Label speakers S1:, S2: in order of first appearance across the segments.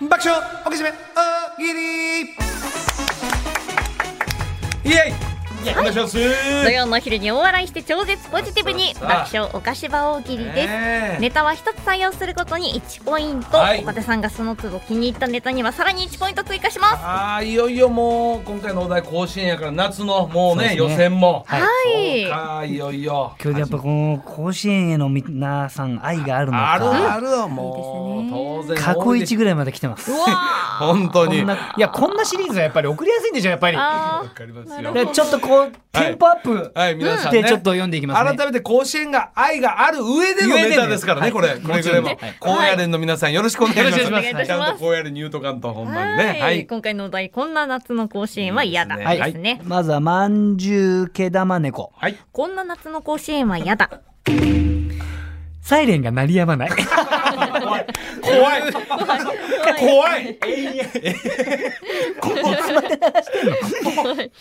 S1: ションおけじめ大喜利イエイお願いします
S2: 土曜のお昼に大笑いして超絶ポジティブに
S1: さあさあ
S2: 爆笑お菓子場大喜利です、
S1: ねえ
S2: ネタは一つ採用することに1ポイント、
S1: はい
S2: 岡田さんがその都度気に入ったネタにはさらに1ポイント追加します
S1: あーいよいよもう今回のお題甲子園やから夏のもうね
S3: そう
S1: 予
S3: ですね
S1: 選も
S2: はい
S1: そうかいよいよ
S3: 今日でやっぱこの甲子園への皆さん愛があるの
S1: ある
S3: か
S1: あるよもう当然
S3: 過去一
S1: ぐ
S3: ぐらいまで来てます
S2: うわ
S1: 本当に
S3: こん
S1: わ
S3: ない
S4: やこんなシリーズはやっぱり送りやすいんでしょやっ ぱり。
S2: あ
S1: かります
S2: なる
S1: よ
S2: ほど
S3: でちょっとこうテンポアップ
S1: はい皆さんね
S3: でちょっと読んでいきます
S1: 改
S3: ね
S1: めて甲子園が愛がある上でのネタですからね、これ、これぐらいも
S3: もちろんね、
S1: 高野連の皆さん、よろしくお願いします。
S3: よろしくお願
S2: いいたします
S1: ちゃんと高野連に言うとかんと、ほん
S2: ー
S1: まにね。
S2: は
S1: はいい。
S2: 今回のお題こんな夏の甲子園は嫌だ
S1: いい
S2: で
S1: ですね
S2: すね
S3: まずはまんじゅうけだま猫
S1: はい。
S2: こんな夏の甲子園は嫌だ
S3: サイレンが鳴りやま ない
S1: 怖い。怖い。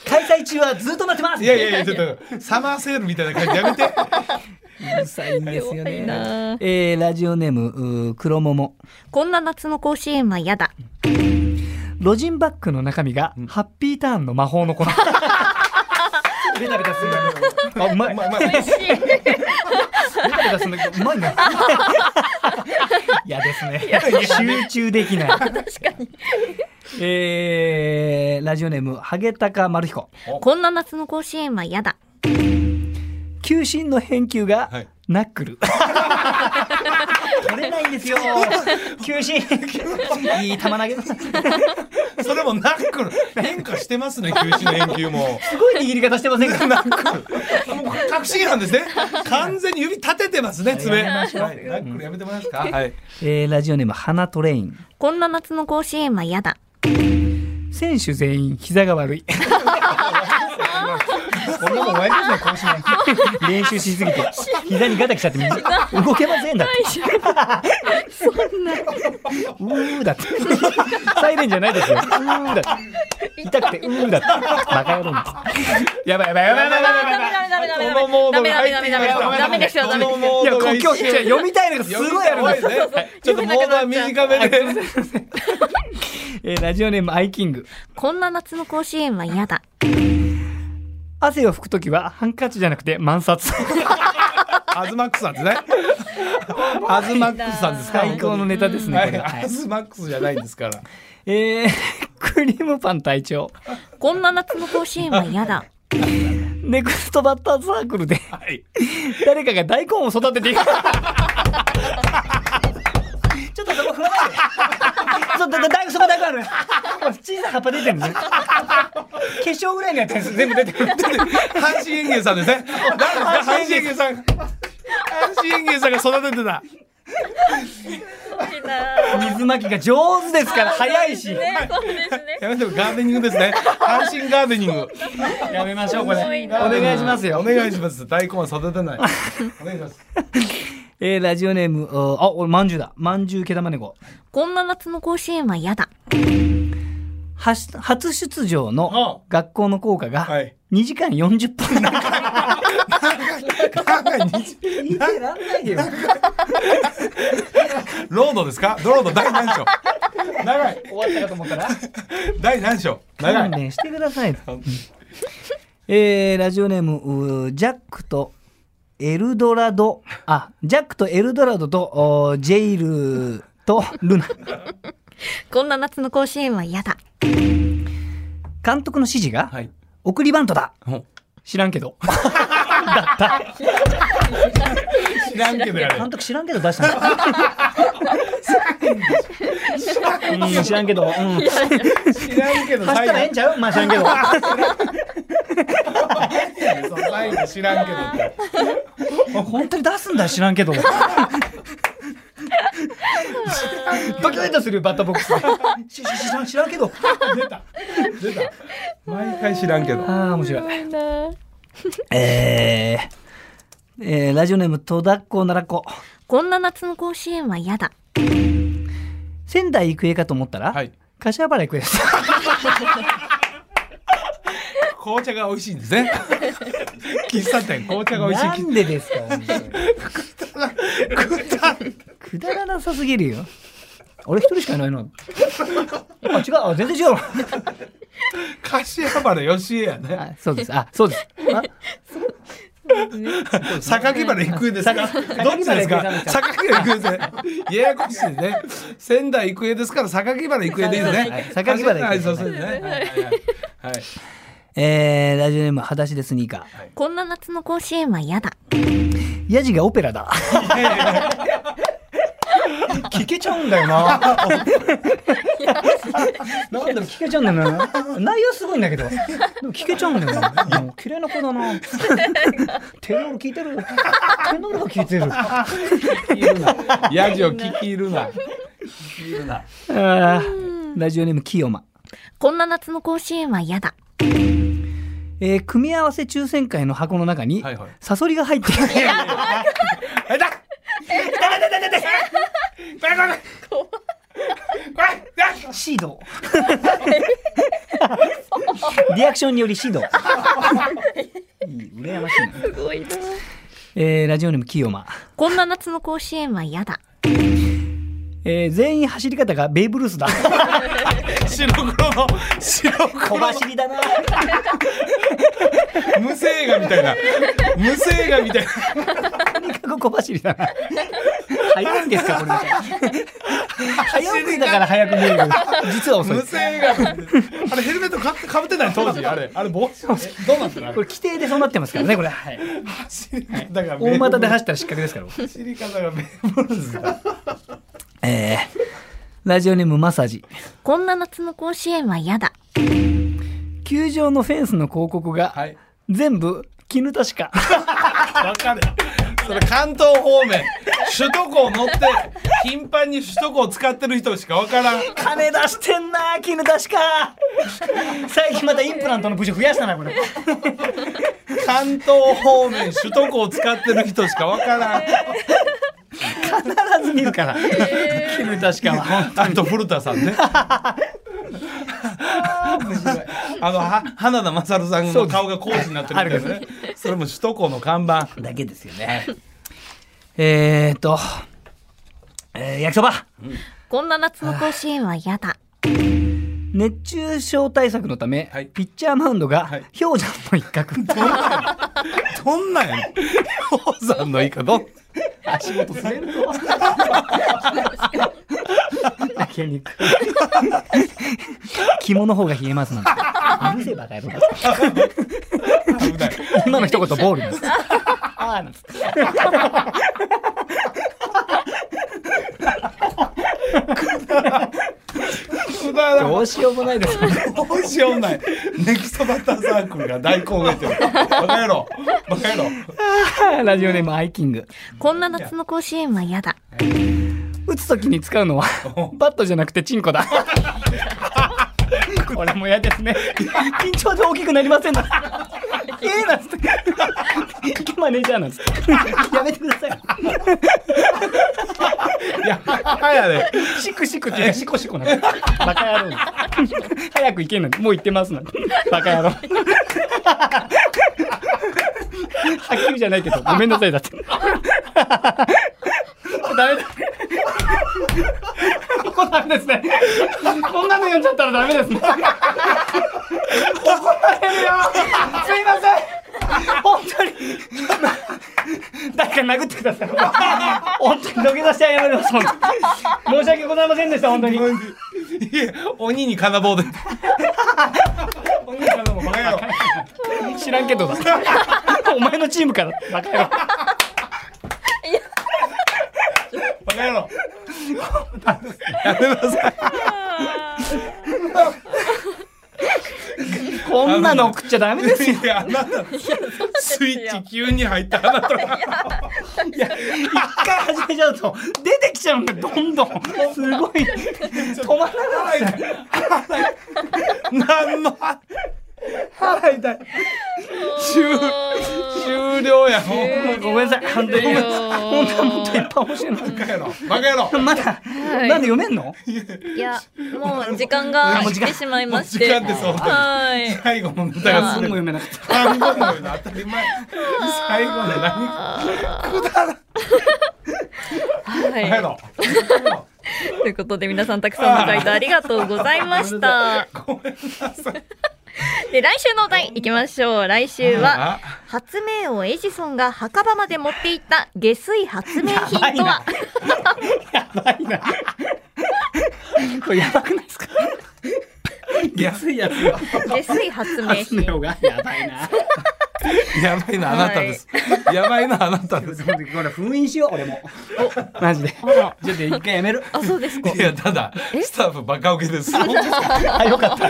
S3: 開催中はずっと鳴ってます
S1: いやいやいや、ちょっと、サマーセールみたいな感じやめて。
S3: うるさいんですよ
S2: 弱い
S3: ね
S2: なあ
S3: えー、ラジオネームうー黒桃
S2: こんな夏の甲子園は嫌だ
S3: ロジンバッグの中身がハッピーターンの魔法の 粉ベタベタするよねあうまい
S1: まあまあ、
S2: 嬉しい
S3: ベタベタするんだけどう まいね嫌ですね集中で きない確かにえー、ラジオネームハゲタカマルヒコ
S2: こんな夏の甲子園は嫌だ
S3: 球審の返球
S1: は
S3: が
S1: い
S3: ナックル、取れないん ですよ球審いい球投げす
S1: それもナックル、変化してますね、球種の返球も。
S3: ごい握り方してませんか
S1: ナックル。もうこれ隠し芸なんですね。完全に指立ててますね、爪。
S3: やめ
S1: は
S3: ま
S1: い
S3: しょう
S1: ナックルやめてもらえますか。はい。
S3: えー、ラジオネーム花トレイン
S2: こんな夏の甲子園は嫌だ
S3: 選手全員膝が悪いこんなもん終わりですね甲子園 練習しすぎて膝にガタきちゃって動けませんだってそんなうーだってサイレンじゃないですようーだって痛くてうーだってバカ野郎
S4: やばいやばいやばいやばいやばいやばい。
S2: ダ
S1: この
S2: メダメダメ
S1: モー
S2: ダ
S1: ド
S2: メ
S1: が入
S2: ダメ
S1: って
S2: ダメ
S1: きました
S2: ダメダメダメですよダメです
S1: この
S2: よ
S1: モ
S3: い
S1: ード
S3: や今
S1: が
S3: 日
S1: 一
S3: 今日
S1: 瞬
S3: 読みたいのがすごいあるんです
S1: ね。ちょっとモードは短めで。
S3: えーラジオネームアイキング
S2: こんな夏の甲子園は嫌だ
S3: 汗を拭くときはハンカチじゃなくて満札
S1: アズマックスさんですね。アズマックスさんですか。
S3: 最高のネタですね
S1: は
S3: これ
S1: い、
S3: は、は
S1: ア
S3: い
S1: ズマックスじゃないんですから。
S3: えー、 クリームパン隊長
S2: こんな夏の甲子園は嫌だ。
S3: ネクストバッターズサークルで、誰かが大根を育てていく。ちょっとそこ踏まないで。そうだだだいぶそこ大根あるね。小さい葉っぱ出てるんですよ。化粧ぐらいのやつです全部出てくる。
S1: 阪神園芸さんですね。誰ですか阪神園芸さん。阪神園芸さんが育ててた。
S3: 水まきが上手ですから早いし。
S2: そうですね。
S1: やめてもガーデニングですね。阪神ガーデニング。
S3: やめましょうこれ。
S2: す
S3: お
S2: ごいな
S3: 願いします
S1: お
S3: よ。
S1: 願いします。大根は育てない。お願いします。
S3: えー、ラジオネーム、おあ、俺、まんじゅうだ。まんじゅうけだまねこ。
S2: こんな夏の甲子園は嫌だ。
S3: はし初出場
S1: は
S3: の学校の校歌
S1: は
S3: が
S1: い
S3: 2時間40分長
S1: な
S3: い
S1: んか日
S3: 見てらんないよ。
S1: ロードですか。ドロード第何章。長い。
S3: 終わったかと思ったら。
S1: 第何章。長
S3: 勘
S1: い。
S3: 弁してくださ い。えー、ラジオネームうージャックとエルドラドあジャックとエルドラドとおージェイルとル ナ
S2: こんな夏の甲子園は嫌だ。
S3: 監督の指示が、
S1: はい。
S3: 送りバントだ
S1: ほう
S3: 知らんけど
S1: 知らんけどやれ。
S3: 監督知らんけど出したのうん知らんけど、うん、走
S1: 知らんけど
S3: ったらええんちゃうまあ知らんけど
S1: 後。最後知らんけどって。
S3: 本当に出すんだ知らんけど。 ドキュンとするバッターボックス で。しし知らん知らんけど。
S1: 出た。毎回知らんけど。
S3: ああ面白い。えーえーラジオネーム戸田っ子奈良子。
S2: こんな夏の甲子園は嫌だ。
S3: 仙台育英かと思ったら、
S1: はい
S3: 柏原育英です。
S1: 紅茶が美味しいんですね。 喫茶店紅茶が美味しい
S3: な。んでですか本当に。くだらなさすぎるよ。俺一人しかいないな。あ、違う。あ、全然違うわ。
S1: 柏原芳恵やね。
S3: あ そうです。あ、そうです。あ
S1: 榊原郁恵ですか。
S3: 榊
S1: どっちですか
S3: 榊原郁恵。さ
S1: 榊
S3: ん
S1: 原郁恵です。ややこしいね。仙台育英ですから榊原郁恵でいいですね。
S3: 榊原郁恵
S1: はいそうですね。はいはいはいはい。
S3: えー、ラジオネーム、裸足でスニーカ
S2: こんな夏の甲子園は嫌だ。
S3: ー。ヤジがオペラだ。
S4: 聞けちゃうんだよな。
S3: なんでも聞けちゃうんだよな。内容すごいんだけど。でも聞けちゃうんだよ な。もう綺麗な子だな。テノール聞いてる。テノールが聞いてる。あ
S1: ヤジを聞き入るな。
S3: ーラジオネーム、キヨマ。
S2: こんな夏の甲子園は嫌だ。
S3: えー、組み合わせ抽選会の箱の中に
S1: はいはい、
S3: サソリが入ってる。
S1: あいた。いたいたいたいたいた。怖い怖い。怖い。怖い。
S3: シード。リアクションによりシード。いい羨ましいな。
S2: すごいな。
S3: えー、ラジオネームキヨマ。
S2: こんな夏の甲子園は嫌だ。
S3: えー、全員走り方がベイブルー スだ。
S1: 白黒の白
S3: 小
S1: 黒の
S3: 走りだな。
S1: 無声映画みたいな無声映画みたいな
S3: とにかく小走りだな。早いんですかこれ。早送りだから早く見える。実は遅い
S1: 無。声映画あれヘルメットかかぶってない当時あれあれ帽子どうなってたのあ
S3: これ
S1: れ
S3: 規定でそうなってますからねこれ。はい、
S1: 走り方が
S3: 大股で
S1: 走
S3: 走ったら失格ですから。僕
S1: り方が名物だ
S3: えー、ラジオネームマッサージ。
S2: こんな夏の甲子園は嫌だ。
S3: 球場のフェンスの広告が、
S1: はい
S3: 全部絹田しか。
S1: わかるそれ関東方面首都高乗って頻繁に首都高使ってる人しかわからん
S3: 金出してんな絹出しか最近またインプラントの部署増やしたなこれ
S1: 関東方面首都高使ってる人しかわからん
S3: 必ず見るから絹出しかは
S1: あと古田さんね。あのは花田勝さんの顔がコーチになってるみたいなね。それも首都高の看板。
S3: だけですよねえーっと、えー焼きそば
S2: こんな夏の甲子園は嫌だ。
S3: 熱中症対策のため、
S1: はい
S3: ピッチャーマウンドが
S1: はい
S3: 氷山の一 角
S1: どんなんやねん。氷山のいいかどん。
S3: 足元滑るぞ焼肉肝の方が冷えますなんてう るせえバカ野郎
S1: 危ない。
S3: 今の一言ボールです。あーなんつって
S1: くだらん
S3: どうしようもないです。
S1: どうしようもない。ネクストバッターサークルが大根を植えてる。バカ野郎。バカ野郎。
S3: ラジオネームアイキング。
S2: こんな夏の甲子園は嫌だ。
S3: 打つときに使うの はバットじゃなくてチンコだ。 これも嫌ですね。 緊張で大きくなりま せんな。ええなん つって。いけマネージャーなんつ って。やめてください。
S1: いや、はやで。
S3: シクシクっていうかシコシコなんて。バカ野郎。 早く行けんなんて。もう行ってますなんて。バカ野郎。は っきりじゃないけど、ごめんなさいだって。ダメだ。ここダメですね。こんなの読んじゃったらダメですね。怒られるよ。すいません。本当に。誰か殴ってください。本当に土下座して謝ります。本当に申し訳ございませんでした。本当に。
S1: いや鬼に金棒で。鬼に金棒。バカ野郎。
S3: 知らんけどだ。 お前のチームから。バカ野郎
S1: バカ野郎。やめなさい。
S3: こんなの送っちゃダメですよ。
S1: いや、あなた、スイッチ急に入ったあなたが、
S3: 一回始めちゃうと出てきちゃうんだよ。どんどん。すごい。止まらない。
S1: 何の、腹痛い。終、終了や、もう。
S3: ごめんなさい。本当に。本当はもっといっぱい面白いの。
S1: バカ野郎、バカ野郎。
S3: まだ、
S2: い
S3: なんで読めんの
S2: い や、もう時間が
S3: もう
S2: 来
S3: 時間
S2: てしまいまし
S1: もう
S2: て。
S1: 時間です本当に
S2: はい。
S1: 最後のネタが
S3: す
S1: す
S3: ぐ
S1: ごい。
S3: 読めなかった。
S1: 単語のような当たり前。最後の何か、
S2: あ
S1: くだらん。
S2: ーは
S1: バカ
S2: い
S1: 野。郎。
S2: ということで皆さんたくさんの回答ありがとうございま した。
S5: ごめんなさい。
S2: で来週のお題いきましょう。来週
S5: あ
S2: は発明王エジソンが墓場まで持っていった下水発明品とは。
S3: これやばくないですか安いやつよ
S2: 下水発明
S3: 発明
S2: 品。
S3: 王がやばいな
S5: やばいのあなたです。やばいのあなたです。
S3: ほんとこれ封印しよう俺もマジでちょっと一回やめる
S2: あそうですか。
S5: いやただスタッフバカウケです。
S3: あよかった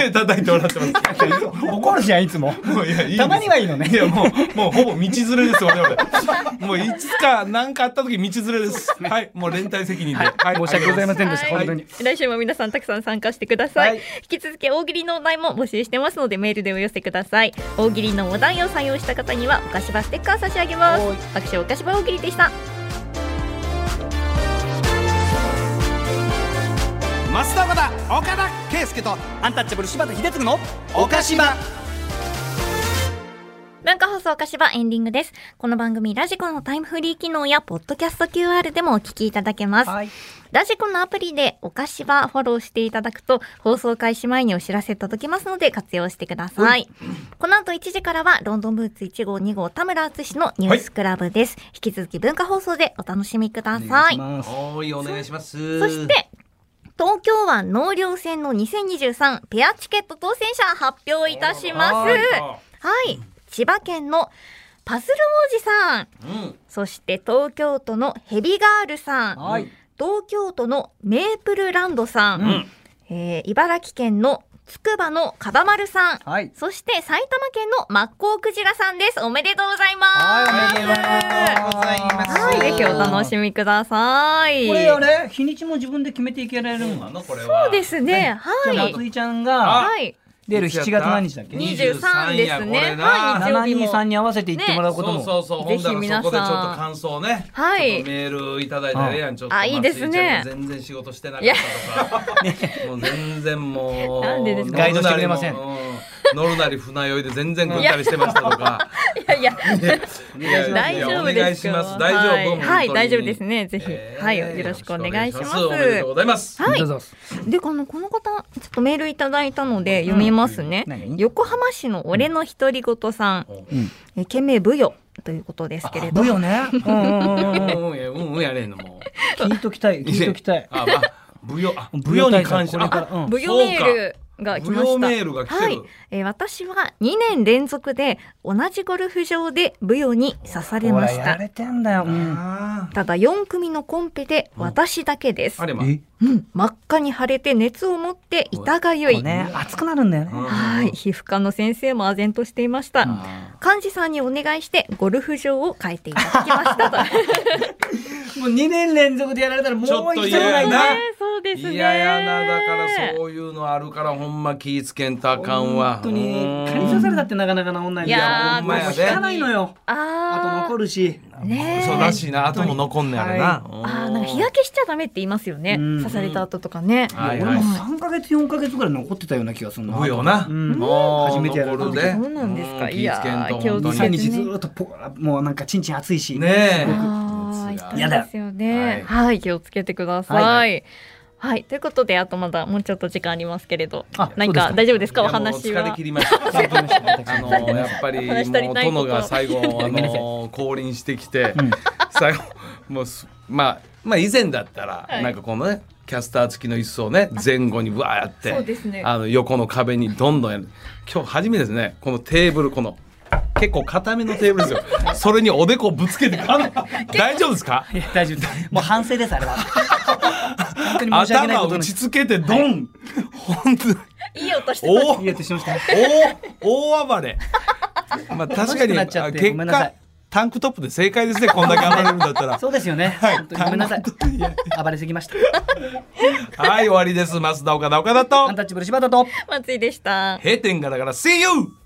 S5: 手叩いてもらってます。
S3: 怒るじゃんいつも
S5: もういやいいです
S3: たまにはいいのね
S5: いやもうもうほぼ道連れです我々。もういつか何かあった時道連れです。はいもう連帯責任で。はい
S3: 申し訳ございませんでした
S2: は
S3: 本当に
S2: 来週も皆さんたくさん参加してください、
S3: はい
S2: 引き続き大喜利のお題も募集してますのでメールでお寄せください大喜利のお題を採用した方にはお菓子場ステッカー差し上げます
S3: はい
S2: 爆笑お菓子場大喜利でした
S3: 増田岡田岡田圭介とアンタッチャブル柴田秀嗣の岡島
S2: 文化放送かしばエンディングです。この番組、ラジコのタイムフリー機能や、ポッドキャスト QR でもお聞きいただけます。
S3: はい
S2: ラジコのアプリで、おかしばフォローしていただくと、放送開始前にお知らせ届きますので、活用してください。この後1時からは、ロンドンブーツ1号2号田村淳のニュースクラブです。引き続き文化放送でお楽しみください。
S1: おーいお願いします
S2: そして、東京湾納涼船の2023ペアチケット当選者発表いたします。はい、千葉県のパズル王子さん、
S1: うん
S2: そして東京都のヘビガールさん、
S3: はい
S2: 東京都のメープルランドさん、えー茨城県のつくばのかばまるさん、
S3: はい
S2: そして埼玉県のマッコウクジラさんです。おめでとうございます。
S3: はいおめでとうございます
S2: はい、ぜひお楽しみください。
S3: これあれ日にちも自分で決めていけられるん
S1: あ
S3: だ
S1: のこれ
S2: そ
S1: は
S2: うですね、は
S3: じゃあ
S2: い。
S3: 夏井ちゃんが
S2: はい。
S3: 出る7月何日だっけ
S1: い
S2: 二十三で
S1: 23
S2: す
S1: やこ
S2: ね。
S1: れな
S2: はい、日曜日
S4: 723
S2: も。
S4: に合わせて言ってもらうことも、
S1: そうそうそう
S2: ぜ
S1: 本
S2: ひ
S1: 棚
S2: 皆さん
S1: のそこでちょっと感想ね
S2: はい
S1: ちょっとメールいただいたりやんちょっと
S2: あいいですね
S1: 松井ちゃん全然仕事してなかったとかもう全然もう
S2: なんでですか
S4: ガイドしてくれません
S1: 乗るなりもうん乗るなり船酔いで全然ぐったりしてましたとか
S2: いやいや。
S1: いやいや
S2: 大
S1: いや
S2: 丈夫
S1: お願
S2: で
S1: い
S2: す
S1: し
S2: よ
S1: ます大丈夫
S2: はい
S1: 本当に
S2: はい大丈夫ですねぜひ
S1: えー
S2: はいよろしくお願いします
S1: おめでとうございます
S2: はい
S4: どうぞ
S2: でこのこの方ちょっとメールいただいたので読みますね、
S3: 何
S2: 横浜市の俺の独り言さん、
S1: うん
S2: え懸命ブヨということですけれど
S4: ブヨねうんうんうんうん
S1: うんやうんうんやねんのもう
S4: 聞いときた い聞いときたい
S1: あ、まあ、舞踊、あ
S4: 舞
S1: 舞
S4: 踊
S1: 踊
S4: に
S1: に関
S4: 関し
S1: してて
S4: は
S1: は
S4: うん
S2: ブヨメールが来ま
S1: 舞
S2: し
S1: 踊
S2: た
S1: メールが来て
S2: はい
S1: る。、
S2: えー私は2年連続で同じゴルフ場でブヨに刺され
S4: ほ
S2: ま
S4: ら
S2: し
S4: や
S2: た
S4: れてんだよ、うん、
S1: あ
S2: ただ4組のコンペで私だけです、
S1: ーあれま。
S4: え
S2: うん、真っ赤に腫れて熱を持って痛がゆい、
S4: ね熱くなるんだよね、
S2: はい、皮膚科の先生も唖然としていました。幹事さんにお願いしてゴルフ場を変えていただきま したと。
S3: もう2年連続でやられたらもう
S1: ちょっと
S3: 行き
S1: 嫌
S3: たくな
S1: や
S3: い
S1: な
S3: な。
S2: そうですね。
S1: いややなだからそういうのあるからほんま気ぃつけんとあかんわ
S3: 本当
S1: う
S3: に
S1: ん
S3: 蚊に刺されたってなかなか治んないんだよ
S2: いやー
S3: もう
S1: ほんま
S3: 引
S1: やね
S3: かないのよあと
S2: あ
S3: 残るし
S2: あ、ねえ
S1: そうらしいな後も残んねやろな
S3: は
S2: ああ、なんか日焼けしちゃダメって言いますよね。
S3: うん
S2: 刺された後とかね。
S1: は
S3: 俺
S1: い
S3: も
S1: はい
S3: 3ヶ月4ヶ月ぐらい残ってたような気がするな
S1: 舞踊な
S3: うん
S1: もう
S3: 初めてやる
S1: 残るで
S2: そうなんですか
S1: う
S2: いやー
S1: 気ぃつけんと本当
S2: 気を
S3: 23
S1: に
S2: つ
S3: 日ずーっとポカもうなんかチンチン熱いし、
S1: ねえ
S2: ああ、
S1: 熱が
S2: 痛いですよね。はい、気をつけてください。
S3: は
S2: はいということで、あとまだもうちょっと時間ありますけれど
S4: あ、
S2: 何か
S4: そうですか
S2: 大丈夫ですか、
S1: い
S2: お
S1: やもう
S2: 話は。
S1: 疲れ切りま した。あのやっぱりも
S2: 話し足り
S1: う
S2: ないこと
S1: 殿が最後あ の降臨してきて、最後もうすまあまあ以前だったら、
S2: はい
S1: なんかこのねキャスター付きの椅子をね前後にわーやって、
S2: そうですね
S1: あの横の壁にどんどんやる。今日初めてですねこのテーブルこの。結構固めのテーブルですよ。それにおでこぶつけて、 あの大丈夫ですか？
S3: 大丈夫もう反省ですあれは本当に申し訳ない
S1: 頭
S3: こと
S1: 打
S3: に
S1: ちつけてドン。本 当に
S2: いい音して
S1: お
S3: 言えてしまいました
S1: 大大暴れ。まあ確か
S3: 楽しく
S1: に
S3: な
S1: あ
S3: っちゃって
S1: 結
S3: ごめんなさ
S1: 果
S3: い
S1: タンクトップで正解ですね。こんだけ暴れるんだったら。
S3: そうですよね、本当にごめんなさい 暴れすぎました
S1: はい終わりです。増田岡田岡田
S3: ア
S1: と
S3: ンタッチャブル柴田と
S2: 松井でした。
S1: 閉店ガラガラ See you。